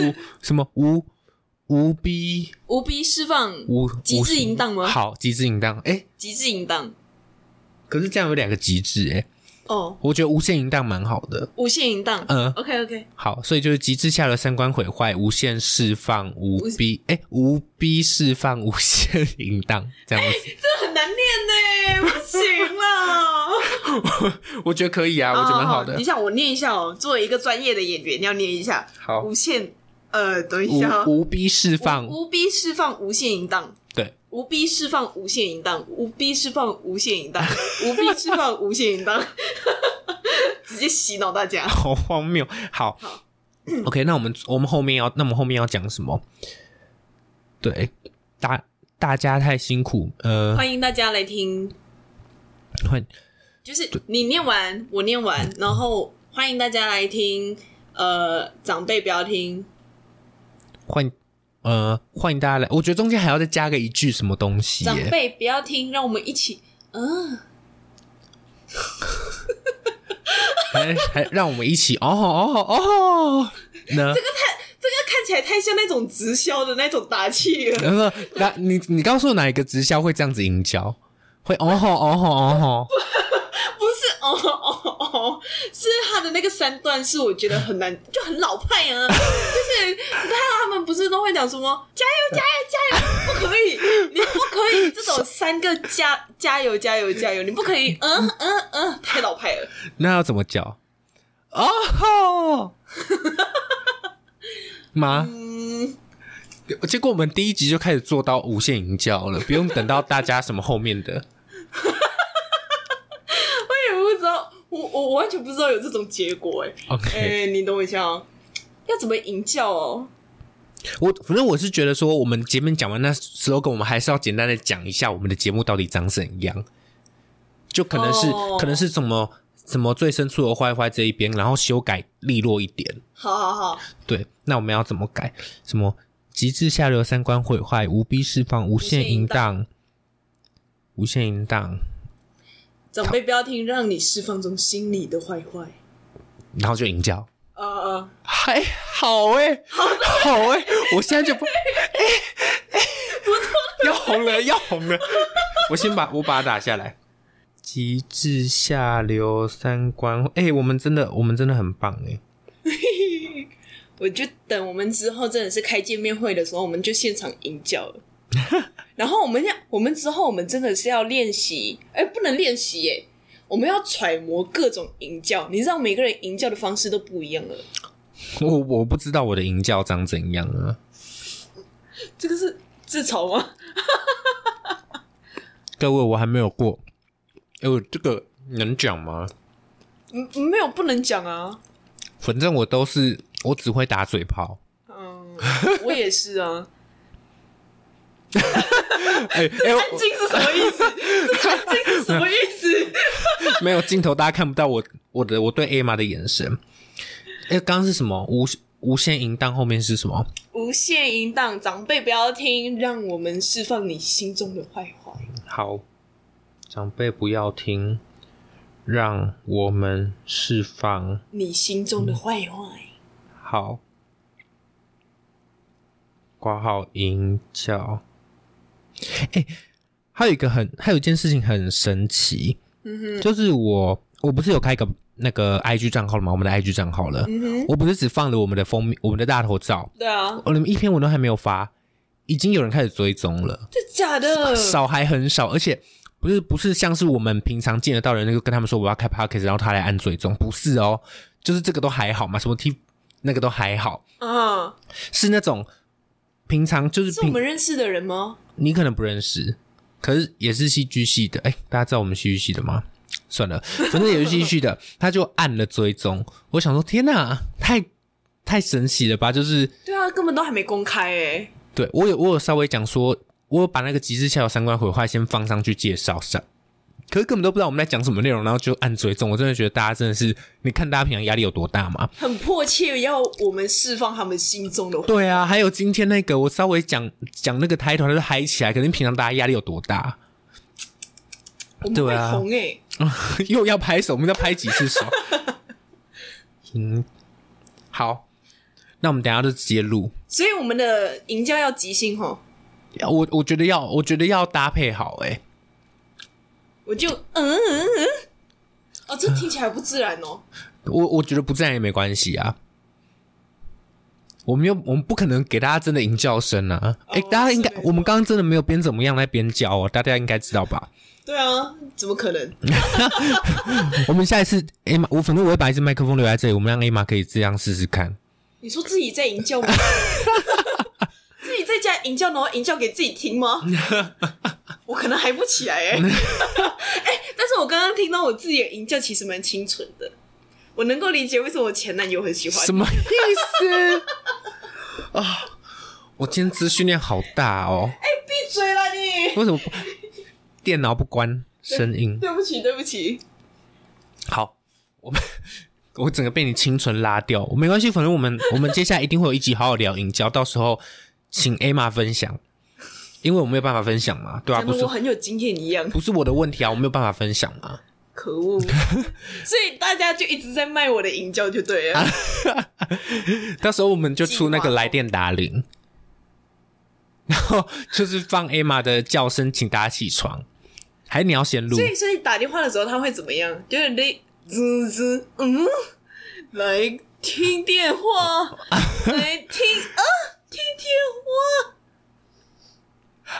[SPEAKER 1] 无什么无无逼
[SPEAKER 2] 无逼释放，
[SPEAKER 1] 无
[SPEAKER 2] 极
[SPEAKER 1] 无
[SPEAKER 2] 致淫荡吗
[SPEAKER 1] 好，极致淫荡，哎、
[SPEAKER 2] 极致淫荡。
[SPEAKER 1] 可是这样有两个极致、哎，
[SPEAKER 2] 哦，
[SPEAKER 1] 我觉得无限淫荡蛮好的。
[SPEAKER 2] 无限淫荡。
[SPEAKER 1] 嗯
[SPEAKER 2] OK OK，
[SPEAKER 1] 好，所以就是极致下的三观毁坏，无限释放，无
[SPEAKER 2] 无
[SPEAKER 1] 逼哎、无逼释放，无限淫荡这样子，
[SPEAKER 2] 这很难念呢，不行啦。
[SPEAKER 1] 我觉得可以啊，我觉得蛮好
[SPEAKER 2] 哦
[SPEAKER 1] 的
[SPEAKER 2] 等一。下我念一下哦，作为一个专业的演员，要念一下
[SPEAKER 1] 好，
[SPEAKER 2] 无限。呃，等一下哦，
[SPEAKER 1] 无无逼释放，
[SPEAKER 2] 无无逼释放无限淫荡。
[SPEAKER 1] 对，
[SPEAKER 2] 无逼释放无限淫荡，无逼释放无限淫荡，无逼释放无限淫荡，直接洗脑大家。
[SPEAKER 1] 好荒谬。好
[SPEAKER 2] 好
[SPEAKER 1] ，OK，那我们我们后面要，那我们后面要讲什么？对，大大家太辛苦，呃，
[SPEAKER 2] 欢迎大家来听
[SPEAKER 1] 换
[SPEAKER 2] 就是你念完，我念完，然后欢迎大家来听。呃，长辈不要听，
[SPEAKER 1] 换呃，欢迎大家来。我觉得中间还要再加个一句什么东西
[SPEAKER 2] 长
[SPEAKER 1] 耶？
[SPEAKER 2] 辈不要听，让我们一起，嗯、
[SPEAKER 1] 还还让我们一起哦哦哦，呢？
[SPEAKER 2] 这个看起来太像那种直销的那种打气了。
[SPEAKER 1] 然后那你你告诉我哪一个直销会这样子营销？会哦吼哦吼哦吼，
[SPEAKER 2] 不是哦哦哦，是他的那个三段是我觉得很难，就很老派啊。 就是你看他们不是都会讲什么加油加油加油， 不可以，你不可以这种三个加加油加油加油，你不可以，嗯嗯嗯，太老派了。
[SPEAKER 1] 那要怎么叫？哦吼 吗？
[SPEAKER 2] 嗯，
[SPEAKER 1] 结果我们第一集就开始做到无限营销了，不用等到大家什么后面的。
[SPEAKER 2] 我也不知道，我我我完全不知道有这种结果哎、哎、
[SPEAKER 1] OK，
[SPEAKER 2] 你等我一下哦，要怎么营教哦？
[SPEAKER 1] 我反正我是觉得说，我们前面讲完那 slogan，我们还是要简单的讲一下我们的节目到底长怎样。就可能是、
[SPEAKER 2] 哦
[SPEAKER 1] 可能是怎么怎么最深处的坏坏这一边，然后修改利落一点。
[SPEAKER 2] 好好好，
[SPEAKER 1] 对，那我们要怎么改？什么极致下流、三观毁坏、无逼释放、无限淫荡、无限淫荡，
[SPEAKER 2] 长辈不要听，让你释放中心里的坏坏。
[SPEAKER 1] 然后就淫教，
[SPEAKER 2] 呃呃，
[SPEAKER 1] 还好哎、好哎、我现在就不，哎、哎不错，要红了，要红了，我先把我把它打下来。极致下流三观，哎、我们真的，我们真的很棒哎、
[SPEAKER 2] 我就等我们之后真的是开见面会的时候，我们就现场营教 了。然后我们要，我们之后我们真的是要练习，哎、不能练习哎、我们要揣摩各种营教，你知道每个人营教的方式都不一样了。
[SPEAKER 1] 我我不知道我的淫教长怎样啊，
[SPEAKER 2] 这个是自嘲吗？
[SPEAKER 1] 各位我还没有过，哎、我这个能讲吗？
[SPEAKER 2] 嗯，没有不能讲啊。
[SPEAKER 1] 反正我都是我只会打嘴炮。
[SPEAKER 2] 嗯，我也是 啊。
[SPEAKER 1] 哎、哎、
[SPEAKER 2] 安静是什么意思？ 这安静是什么意思？
[SPEAKER 1] 我 没有镜头，大家看不到我我的我对 A 玛的眼神。哎、刚刚是什么？无无限淫荡后面是什么？
[SPEAKER 2] 无限淫荡，长辈不要听，让我们释放你心中的坏坏。
[SPEAKER 1] 好，长辈不要听，让我们释放。
[SPEAKER 2] 你心中的坏坏，
[SPEAKER 1] 好，挂号音教。哎、还有一个很，还有一件事情很神奇，
[SPEAKER 2] 嗯哼，
[SPEAKER 1] 就是我我不是有开一个那个 IG 账号了吗？我们的 IG 账号了，
[SPEAKER 2] 嗯哼，
[SPEAKER 1] 我不是只放了我们的封面、我们的大头照，
[SPEAKER 2] 对啊，
[SPEAKER 1] 我哦连一篇文都还没有发，已经有人开始追踪了，
[SPEAKER 2] 这假的，
[SPEAKER 1] 少还很少，而且。不是不是，像是我们平常见得到的人，那个跟他们说我要开 podcast，然后他来按追踪，不是哦，就是这个都还好嘛，什么 T 那个都还好，
[SPEAKER 2] 嗯，
[SPEAKER 1] 是那种平常就是
[SPEAKER 2] 是我
[SPEAKER 1] 平
[SPEAKER 2] 们认识的人吗？
[SPEAKER 1] 你可能不认识，可是也是戏剧系的。哎、大家知道我们戏剧系的吗？算了，反正也是戏剧系的，他就按了追踪。我想说，天哪、太太神奇了吧！就是
[SPEAKER 2] 对啊，根本都还没公开哎，
[SPEAKER 1] 对我有我有稍微讲说，我有把那个极致下有三观毁坏先放上去介绍上。可是根本都不知道我们在讲什么内容，然后就按追踪。我真的觉得大家真的是，你看大家平常压力有多大嘛？
[SPEAKER 2] 很迫切要我们释放他们心中的
[SPEAKER 1] 对啊，还有今天那个，我稍微讲讲那个抬头，他就嗨起来。可能平常大家压力有多大？
[SPEAKER 2] 我们
[SPEAKER 1] 对
[SPEAKER 2] 会
[SPEAKER 1] 啊
[SPEAKER 2] 红哎，
[SPEAKER 1] 又要拍手，我们要拍几次手？ 嗯，好，那我们等一下就直接录。
[SPEAKER 2] 所以我们的赢家要即兴吼，
[SPEAKER 1] 我我觉得要，我觉得要搭配好、欸，
[SPEAKER 2] 我就嗯嗯嗯，嗯哦，这听起来不自然哦，
[SPEAKER 1] 我我觉得不自然也没关系啊。我们又我们不可能给大家真的营叫声啊！哎、
[SPEAKER 2] 哦
[SPEAKER 1] 大家应该
[SPEAKER 2] 是没，错
[SPEAKER 1] 我们刚刚真的没有边怎么样在边教哦，大家应该知道吧？
[SPEAKER 2] 对啊，怎么可能？
[SPEAKER 1] 我们下一次 A 玛，我反正我会把一支麦克风留在这里，我们让 A 玛可以这样试试看。
[SPEAKER 2] 你说自己在 营教吗？自己在家营教，然后营教给自己听 吗？我可能还不起来哎、欸，哎但是我刚刚听到我自己的营教其实蛮清纯的，我能够理解为什么我前男友很喜欢
[SPEAKER 1] 什。么意 思啊？我今天资讯量好大哦，
[SPEAKER 2] 闭嘴啦你！
[SPEAKER 1] 为什么不电脑不关声音？
[SPEAKER 2] 对不起，对不起。
[SPEAKER 1] 好，我们 我整个被你清纯拉掉，没关系，反正我们我们接下来一定会有一集好好聊营销，到时候请 A 玛分享，因为我没有办法分享嘛，对吧、啊
[SPEAKER 2] 讲
[SPEAKER 1] 不
[SPEAKER 2] 的
[SPEAKER 1] 是
[SPEAKER 2] 我很有经验一样，
[SPEAKER 1] 不是我的问题啊，我没有办法分享嘛。
[SPEAKER 2] 可 恶！所以大家就一直在卖我的营教就对了。
[SPEAKER 1] 到时候我们就出那
[SPEAKER 2] 计
[SPEAKER 1] 个
[SPEAKER 2] 划
[SPEAKER 1] 来电打铃，然后就是放 A 玛的叫声，请大家起床。还是你要先录
[SPEAKER 2] 所，以，所以打电话的时候他会怎么样？就是类滋滋，嗯，来听电话，来听啊，听电话。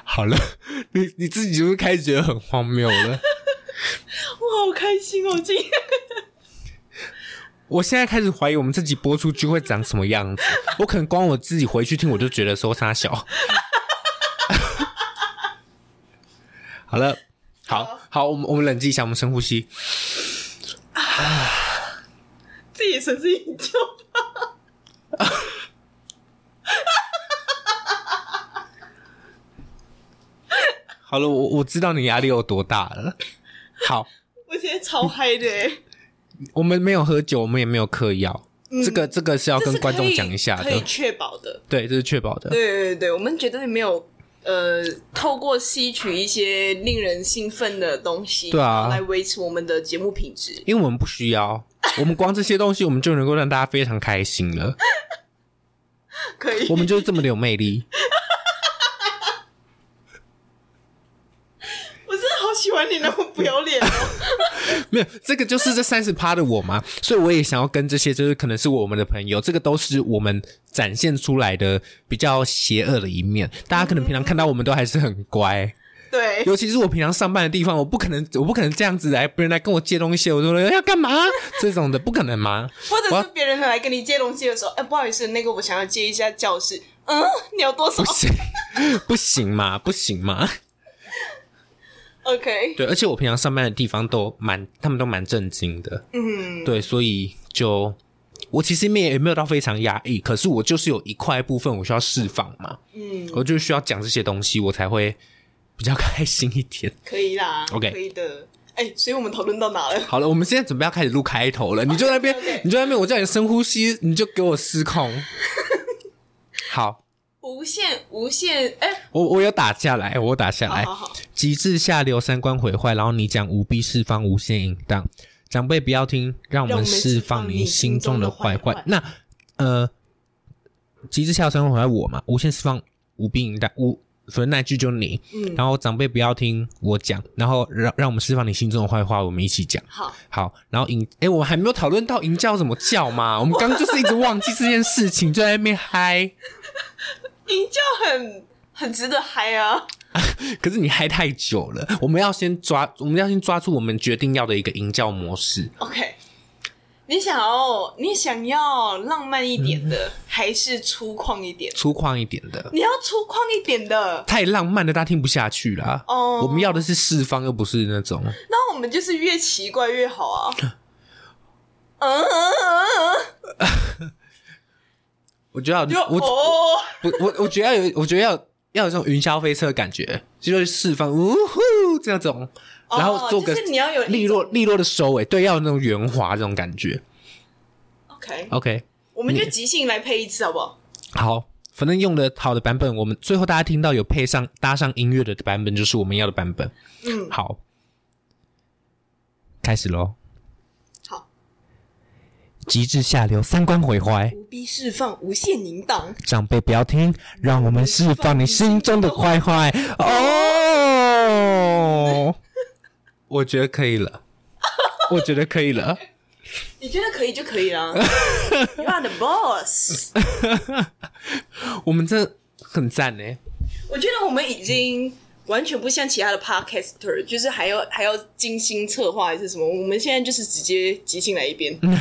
[SPEAKER 1] 好了， 你你自己就会开始觉得很荒谬了。
[SPEAKER 2] 我好开心哦！今天
[SPEAKER 1] 我现在开始怀疑我们自己播出去会长什么 样子。我可能光我自己回去听，我就觉得说差小。 好了，好好，我们我们冷静一下，我们深呼吸。
[SPEAKER 2] 自己神志营救
[SPEAKER 1] 好了，我我知道你压力有多大了。好，
[SPEAKER 2] 我现在超嗨的欸，
[SPEAKER 1] 我们没有喝酒，我们也没有嗑药，这个这个是要
[SPEAKER 2] 嗯这
[SPEAKER 1] 跟
[SPEAKER 2] 是
[SPEAKER 1] 观
[SPEAKER 2] 可
[SPEAKER 1] 众
[SPEAKER 2] 以
[SPEAKER 1] 讲一下
[SPEAKER 2] 可以
[SPEAKER 1] 的，
[SPEAKER 2] 确保的。
[SPEAKER 1] 对，这是确保的。
[SPEAKER 2] 对对对，我们绝对没有呃，透过吸取一些令人兴奋的东西，
[SPEAKER 1] 对啊
[SPEAKER 2] 来维持我们的节目品质。
[SPEAKER 1] 因为我们不需要，我们光这些东西，我们就能够让大家非常开心了。
[SPEAKER 2] 可以
[SPEAKER 1] 我，们就是这么的有魅力。
[SPEAKER 2] 我真的好喜欢你那么不要脸哦。
[SPEAKER 1] 没有，这个就是这三十趴的我嘛，所以我也想要跟这些就是可能是我们的朋友，这个都是我们展现出来的比较邪恶的一面。大家可能平常看到我们都还是很乖，
[SPEAKER 2] 对，
[SPEAKER 1] 尤其是我平常上班的地方，我不可能，我不可能这样子来别人来跟我借东西，我说要干嘛这种的，不可能嘛。
[SPEAKER 2] 或
[SPEAKER 1] 我
[SPEAKER 2] 者
[SPEAKER 1] 要
[SPEAKER 2] 是别人来跟你借东西的时候，哎、不好意思，那个我想要借一下教室。嗯，你有多少
[SPEAKER 1] 不行， 不行嘛，不行嘛。
[SPEAKER 2] ？OK，
[SPEAKER 1] 对，而且我平常上班的地方都蛮，他们都蛮震惊的。
[SPEAKER 2] 嗯，
[SPEAKER 1] 对，所以就我其实面也没有到非常压抑，可是我就是有一块部分我需要释放嘛，
[SPEAKER 2] 嗯，
[SPEAKER 1] 我就需要讲这些东西，我才会比较 开心一点。
[SPEAKER 2] 可以啦
[SPEAKER 1] OK
[SPEAKER 2] 可以的。哎、所以我们讨论到哪了？
[SPEAKER 1] 好了，我们现在准备要开始录开头了，你就在那 边
[SPEAKER 2] OK，OK
[SPEAKER 1] 你就在那边，我叫你深呼吸，你就给我失 控。好，
[SPEAKER 2] 无限，无限，哎、
[SPEAKER 1] 我我有打下来，我有打下来
[SPEAKER 2] 好。好好，
[SPEAKER 1] 极致下流三观毁坏，然后你讲无必释放无限淫荡，长辈不要听，让我们释放你心中的坏坏。那呃，极致下流三观毁坏我嘛，无限释放无必淫荡，无所以那句就你，
[SPEAKER 2] 嗯，
[SPEAKER 1] 然后长辈不要听我讲，然后让让我们释放你心中的坏话，我们一起讲。
[SPEAKER 2] 好，
[SPEAKER 1] 好，然后营，哎，我们还没有讨论到营教怎么叫嘛，我们刚刚就是一直忘记这件事情，就在那边嗨。
[SPEAKER 2] 营教很很值得嗨啊！
[SPEAKER 1] 可是你嗨太久了，我们要先抓，我们要先抓住我们决定要的一个营教模式。
[SPEAKER 2] OK，你想要你想要浪漫一点的，
[SPEAKER 1] 嗯
[SPEAKER 2] 还是粗犷一点？
[SPEAKER 1] 粗犷一点的，
[SPEAKER 2] 你要粗犷一点的，
[SPEAKER 1] 太浪漫的大家听不下去啦。
[SPEAKER 2] 哦
[SPEAKER 1] 我们要的是四方，又不是那种。
[SPEAKER 2] 那我们就是越奇怪越好 啊！嗯嗯嗯嗯，
[SPEAKER 1] 我觉得
[SPEAKER 2] 就
[SPEAKER 1] 要，我
[SPEAKER 2] 哦，
[SPEAKER 1] 我我我觉得要有，我觉得要要有这种云霄飞车的感觉，就是四方呜呼这种，
[SPEAKER 2] 哦
[SPEAKER 1] 然后做个
[SPEAKER 2] 就是你要有一种
[SPEAKER 1] 利落利落的收尾，对，要有那种圆滑这种感觉。
[SPEAKER 2] OK，
[SPEAKER 1] OK，
[SPEAKER 2] 我们就即兴来配一次好不好？
[SPEAKER 1] 好，反正用的好的版本，我们最后大家听到有配上搭上音乐的版本，就是我们要的版本。
[SPEAKER 2] 嗯，
[SPEAKER 1] 好，开始喽。
[SPEAKER 2] 好，
[SPEAKER 1] 极致下流，三观毁坏，
[SPEAKER 2] 无逼释放，无限淫荡。
[SPEAKER 1] 长辈不要听，让我们释放你心中的坏坏。哦，我觉得可以了，我觉得可以了。
[SPEAKER 2] 你觉得可以就可以 啦。You are the boss。
[SPEAKER 1] 我们真的很赞欸呢。
[SPEAKER 2] 我觉得我们已经完全不像其他的 podcaster，就是还要还要精心策划还是什么。我们现在就是直接即兴来 一遍，嗯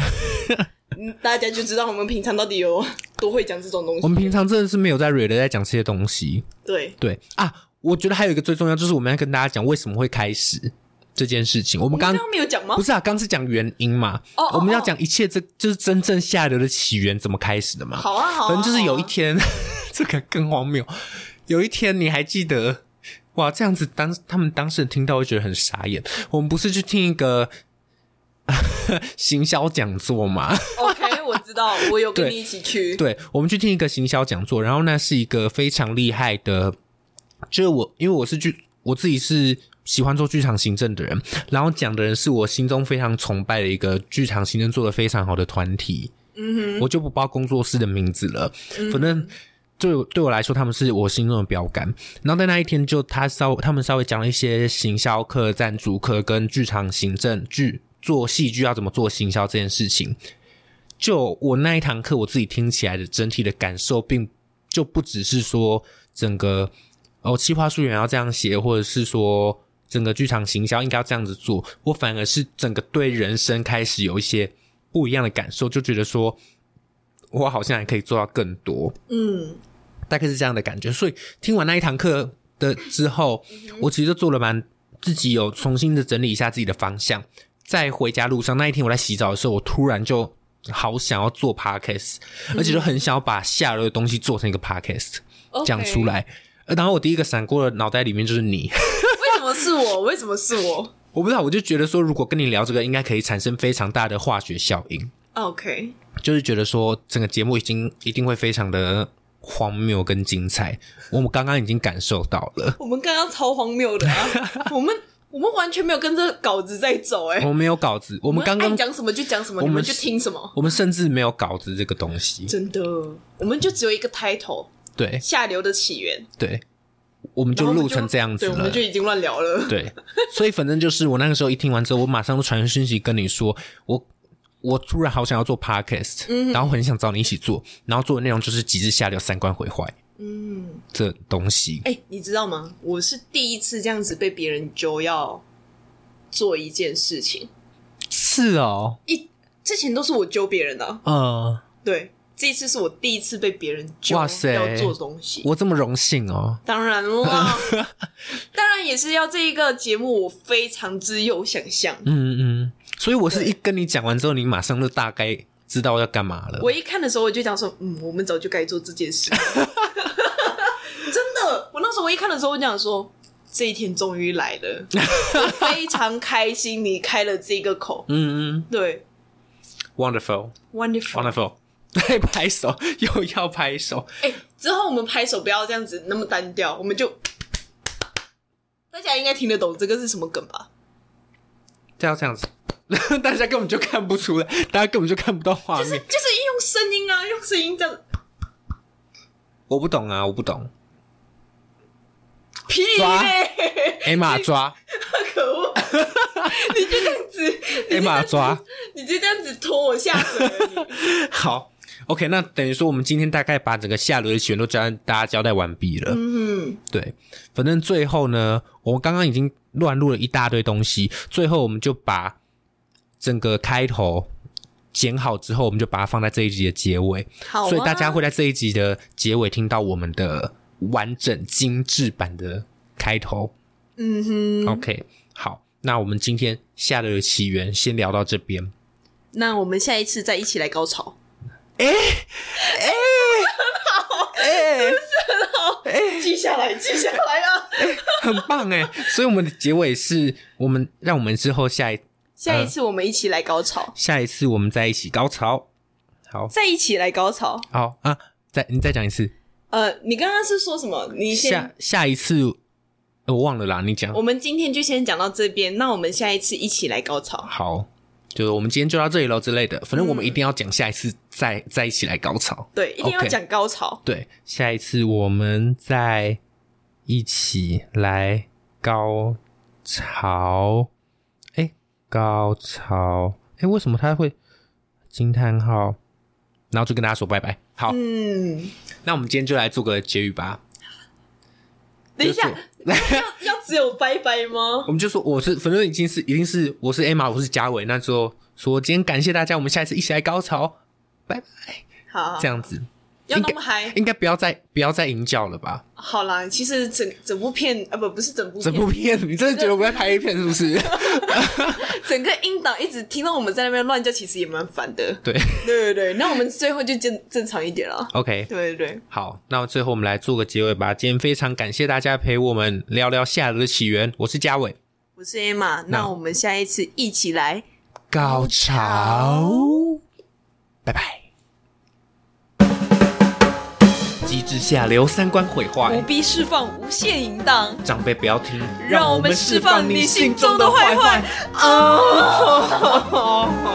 [SPEAKER 2] 大家就知道我们平常到底有多会讲这种东
[SPEAKER 1] 我
[SPEAKER 2] 西。
[SPEAKER 1] 们平常真的是没有在蕊的在讲这些东西。
[SPEAKER 2] 对，
[SPEAKER 1] 对啊，我觉得还有一个最重要就是我们要跟大家讲为什么会开始这件事情。我
[SPEAKER 2] 我
[SPEAKER 1] 们
[SPEAKER 2] 们刚
[SPEAKER 1] 刚
[SPEAKER 2] 刚没有讲吗
[SPEAKER 1] 不？是啊，刚是讲原因嘛，
[SPEAKER 2] 哦哦
[SPEAKER 1] 我们要讲一切这就是真正下流的起源怎么开始的嘛。
[SPEAKER 2] 好啊，好啊，
[SPEAKER 1] 反正就是有一
[SPEAKER 2] 好啊
[SPEAKER 1] 天， 这个更荒谬。有一天你还记得？哇，这样子当他们当事人听到会觉得很傻眼。我们不是去听一个 行销讲座嘛？
[SPEAKER 2] 啊 OK，我知道，我有跟
[SPEAKER 1] 对
[SPEAKER 2] 你一起去。
[SPEAKER 1] 对，我们去听一个行销讲座，然后那是一个非常厉害的，就是我因为我是剧，我自己是喜欢做剧场行政的人，然后讲的人是我心中非常崇拜的一个剧场行政做的非常好的团体，
[SPEAKER 2] 嗯
[SPEAKER 1] 我就不报工作室的名字了，反正。对我对我来说，他们是我心中的标杆。然后在那一天，就他稍他们稍微讲了一些行销课、赞助课跟剧场行政剧做戏剧要怎么做行销这件事情。就我那一堂课，我自己听起来的整体的感受，并就不只是说整个哦，企划书员要这样写，或者是说整个剧场行销应该要这样子做，我反而是整个对人生开始有一些不一样的感受，就觉得说我好像还可以做到更多。
[SPEAKER 2] 哼，嗯，
[SPEAKER 1] 大概是这样的感觉。所以听完那一堂课的之后，我其实就做了蛮自己有重新的整理一下自己的方向。在回家路上那一天，我在洗澡的时候，我突然就好想要做 podcast，而且就很想要把下流的东西做成一个 podcast 讲出。来。呃然后我第一个闪过的脑袋里面就是你，
[SPEAKER 2] 为什么是我？为什么是 我
[SPEAKER 1] 我不知道，我就觉得说，如果跟你聊这个，应该可以产生非常大的化学效应。
[SPEAKER 2] 啊？OK，
[SPEAKER 1] 就是觉得说整个节目已经一定会非常的荒谬跟精彩，我们刚刚已经感受到了。
[SPEAKER 2] 我们刚刚超荒谬的啊！ 我们我们完全没有跟着稿子在走、哎，
[SPEAKER 1] 我们没有稿子，我
[SPEAKER 2] 我
[SPEAKER 1] 们刚
[SPEAKER 2] 爱
[SPEAKER 1] 刚
[SPEAKER 2] 讲什么就讲什么，
[SPEAKER 1] 我
[SPEAKER 2] 你
[SPEAKER 1] 们
[SPEAKER 2] 们就听什么。
[SPEAKER 1] 我们甚至没有稿子这个东西。
[SPEAKER 2] 真的，我们就只有一个 title，
[SPEAKER 1] 对
[SPEAKER 2] 下流的起源，
[SPEAKER 1] 对，我们
[SPEAKER 2] 然
[SPEAKER 1] 就
[SPEAKER 2] 后我们
[SPEAKER 1] 录成这样子
[SPEAKER 2] 对，我
[SPEAKER 1] 了
[SPEAKER 2] 们。就已经乱聊了。
[SPEAKER 1] 对，所以反正就是我那个时候一听完之后，我马上就传讯息跟你说，我我突然好想要做 podcast，、然
[SPEAKER 2] 嗯
[SPEAKER 1] 后很想找你一起做，然后做的内容就是极致下流、三观毁坏
[SPEAKER 2] 嗯，
[SPEAKER 1] 这东西。
[SPEAKER 2] 哎、你知道吗？我是第一次这样子被别人揪要做一件事情，
[SPEAKER 1] 是哦，
[SPEAKER 2] 一之前都是我揪别人的啊、
[SPEAKER 1] 嗯、
[SPEAKER 2] 对，这一次是我第一次被别人揪
[SPEAKER 1] 哇塞
[SPEAKER 2] 要做东西。
[SPEAKER 1] 我这么荣幸哦，
[SPEAKER 2] 当 然啦，当然也是要这一个节目，我非常之有想象。
[SPEAKER 1] 嗯嗯，所以我是
[SPEAKER 2] 对
[SPEAKER 1] 一跟你讲完之后，你马上就大概知道要干嘛了。
[SPEAKER 2] 我一看的时候，我就讲说，嗯，我们早就该做这件事。 真的，我那时候我一看的时候，我讲说，这一天终于来了，我非常开心，你开了这个口，
[SPEAKER 1] 嗯嗯
[SPEAKER 2] 对
[SPEAKER 1] ，wonderful。
[SPEAKER 2] ，wonderful。
[SPEAKER 1] Wonderful，对，拍手又要拍手，
[SPEAKER 2] 哎、之后我们拍手不要这样子那么单调，我们就大家应该听得懂这个是什么梗吧？
[SPEAKER 1] 这啊要这样子， 大家根本就看不出来，大家根本就看不到画
[SPEAKER 2] 就
[SPEAKER 1] 面。
[SPEAKER 2] 是就是用声音啊，用声音这样。
[SPEAKER 1] 我不懂啊，我不懂。
[SPEAKER 2] 屁
[SPEAKER 1] 抓
[SPEAKER 2] 嘞，
[SPEAKER 1] ，Emma 抓
[SPEAKER 2] 可恶！你就这样子，你就这样
[SPEAKER 1] ，Emma
[SPEAKER 2] 子
[SPEAKER 1] 抓，
[SPEAKER 2] 你就这样子拖我下水了 你。
[SPEAKER 1] 好。OK，那等于说我们今天大概把整个下流的起源都交大家交代完毕了。
[SPEAKER 2] 嗯，
[SPEAKER 1] 对，反正最后呢，我们刚刚已经乱入了一大堆东西，最后我们就把整个开头剪好之后，我们就把它放在这一集的结尾，
[SPEAKER 2] 好、啊，
[SPEAKER 1] 所以大家会在这一集的结尾听到我们的完整精致版的开头。
[SPEAKER 2] 嗯哼。
[SPEAKER 1] OK，好，那我们今天下流的起源先聊到这边。
[SPEAKER 2] 那我们下一次再一起来高潮，
[SPEAKER 1] 哎、
[SPEAKER 2] 记下来，记下来啊！
[SPEAKER 1] 很棒哎、所以我们的结尾是我们让我们之后下一
[SPEAKER 2] 下一次我们一起来高潮，
[SPEAKER 1] 下一次我们在一起高潮。好，
[SPEAKER 2] 再一起来高潮。
[SPEAKER 1] 好啊，再你再讲一次，
[SPEAKER 2] 呃，你刚刚是说什么？你
[SPEAKER 1] 下
[SPEAKER 2] 先，
[SPEAKER 1] 下一次呃我忘了啦，你讲
[SPEAKER 2] 我们今天就先讲到这边，那我们下一次一起来高潮。
[SPEAKER 1] 好，就是我们今天就到这里喽之类的，反正我们
[SPEAKER 2] 嗯
[SPEAKER 1] 一定要讲下一次再再一起来高潮，
[SPEAKER 2] 对，一定要
[SPEAKER 1] OK
[SPEAKER 2] 讲高潮。
[SPEAKER 1] 对，下一次我们再一起来高潮，哎，高潮，哎，为什么他会惊叹号？然后就跟大家说拜拜。好，
[SPEAKER 2] 嗯，
[SPEAKER 1] 那我们今天就来做个结语吧。
[SPEAKER 2] 等一下
[SPEAKER 1] 就，
[SPEAKER 2] 要要只有拜拜吗？
[SPEAKER 1] 我们就说我是，反正已经是，一定是我是 Emma，我是嘉伟。那时候说今天感谢大家，我们下一次一起来高潮，拜拜。
[SPEAKER 2] 好，
[SPEAKER 1] 这样子
[SPEAKER 2] 要那么嗨。
[SPEAKER 1] 应该不要再不要再营叫了吧？
[SPEAKER 2] 好啦，其实整整部片啊，不 不是整部片，
[SPEAKER 1] 整部片，你真的觉得我们在拍一片是不 是？
[SPEAKER 2] 整个音档一直听到我们在那边乱叫，其实也蛮烦的。
[SPEAKER 1] 对
[SPEAKER 2] 对对对，那我们最后就正正常一点了。
[SPEAKER 1] ，OK，
[SPEAKER 2] 对对对，
[SPEAKER 1] 好，那最后我们来做个结尾吧。今天非常感谢大家陪我们聊聊下流的起源，我是嘉伟，
[SPEAKER 2] 我是 Emma，那我们下一次一起来。
[SPEAKER 1] 高潮
[SPEAKER 2] 潮，
[SPEAKER 1] 拜拜。机智下流，三观毁
[SPEAKER 2] 不
[SPEAKER 1] 坏，
[SPEAKER 2] 必释放无限淫荡，
[SPEAKER 1] 长辈不要听，
[SPEAKER 2] 让我们释放你心中的坏坏。啊！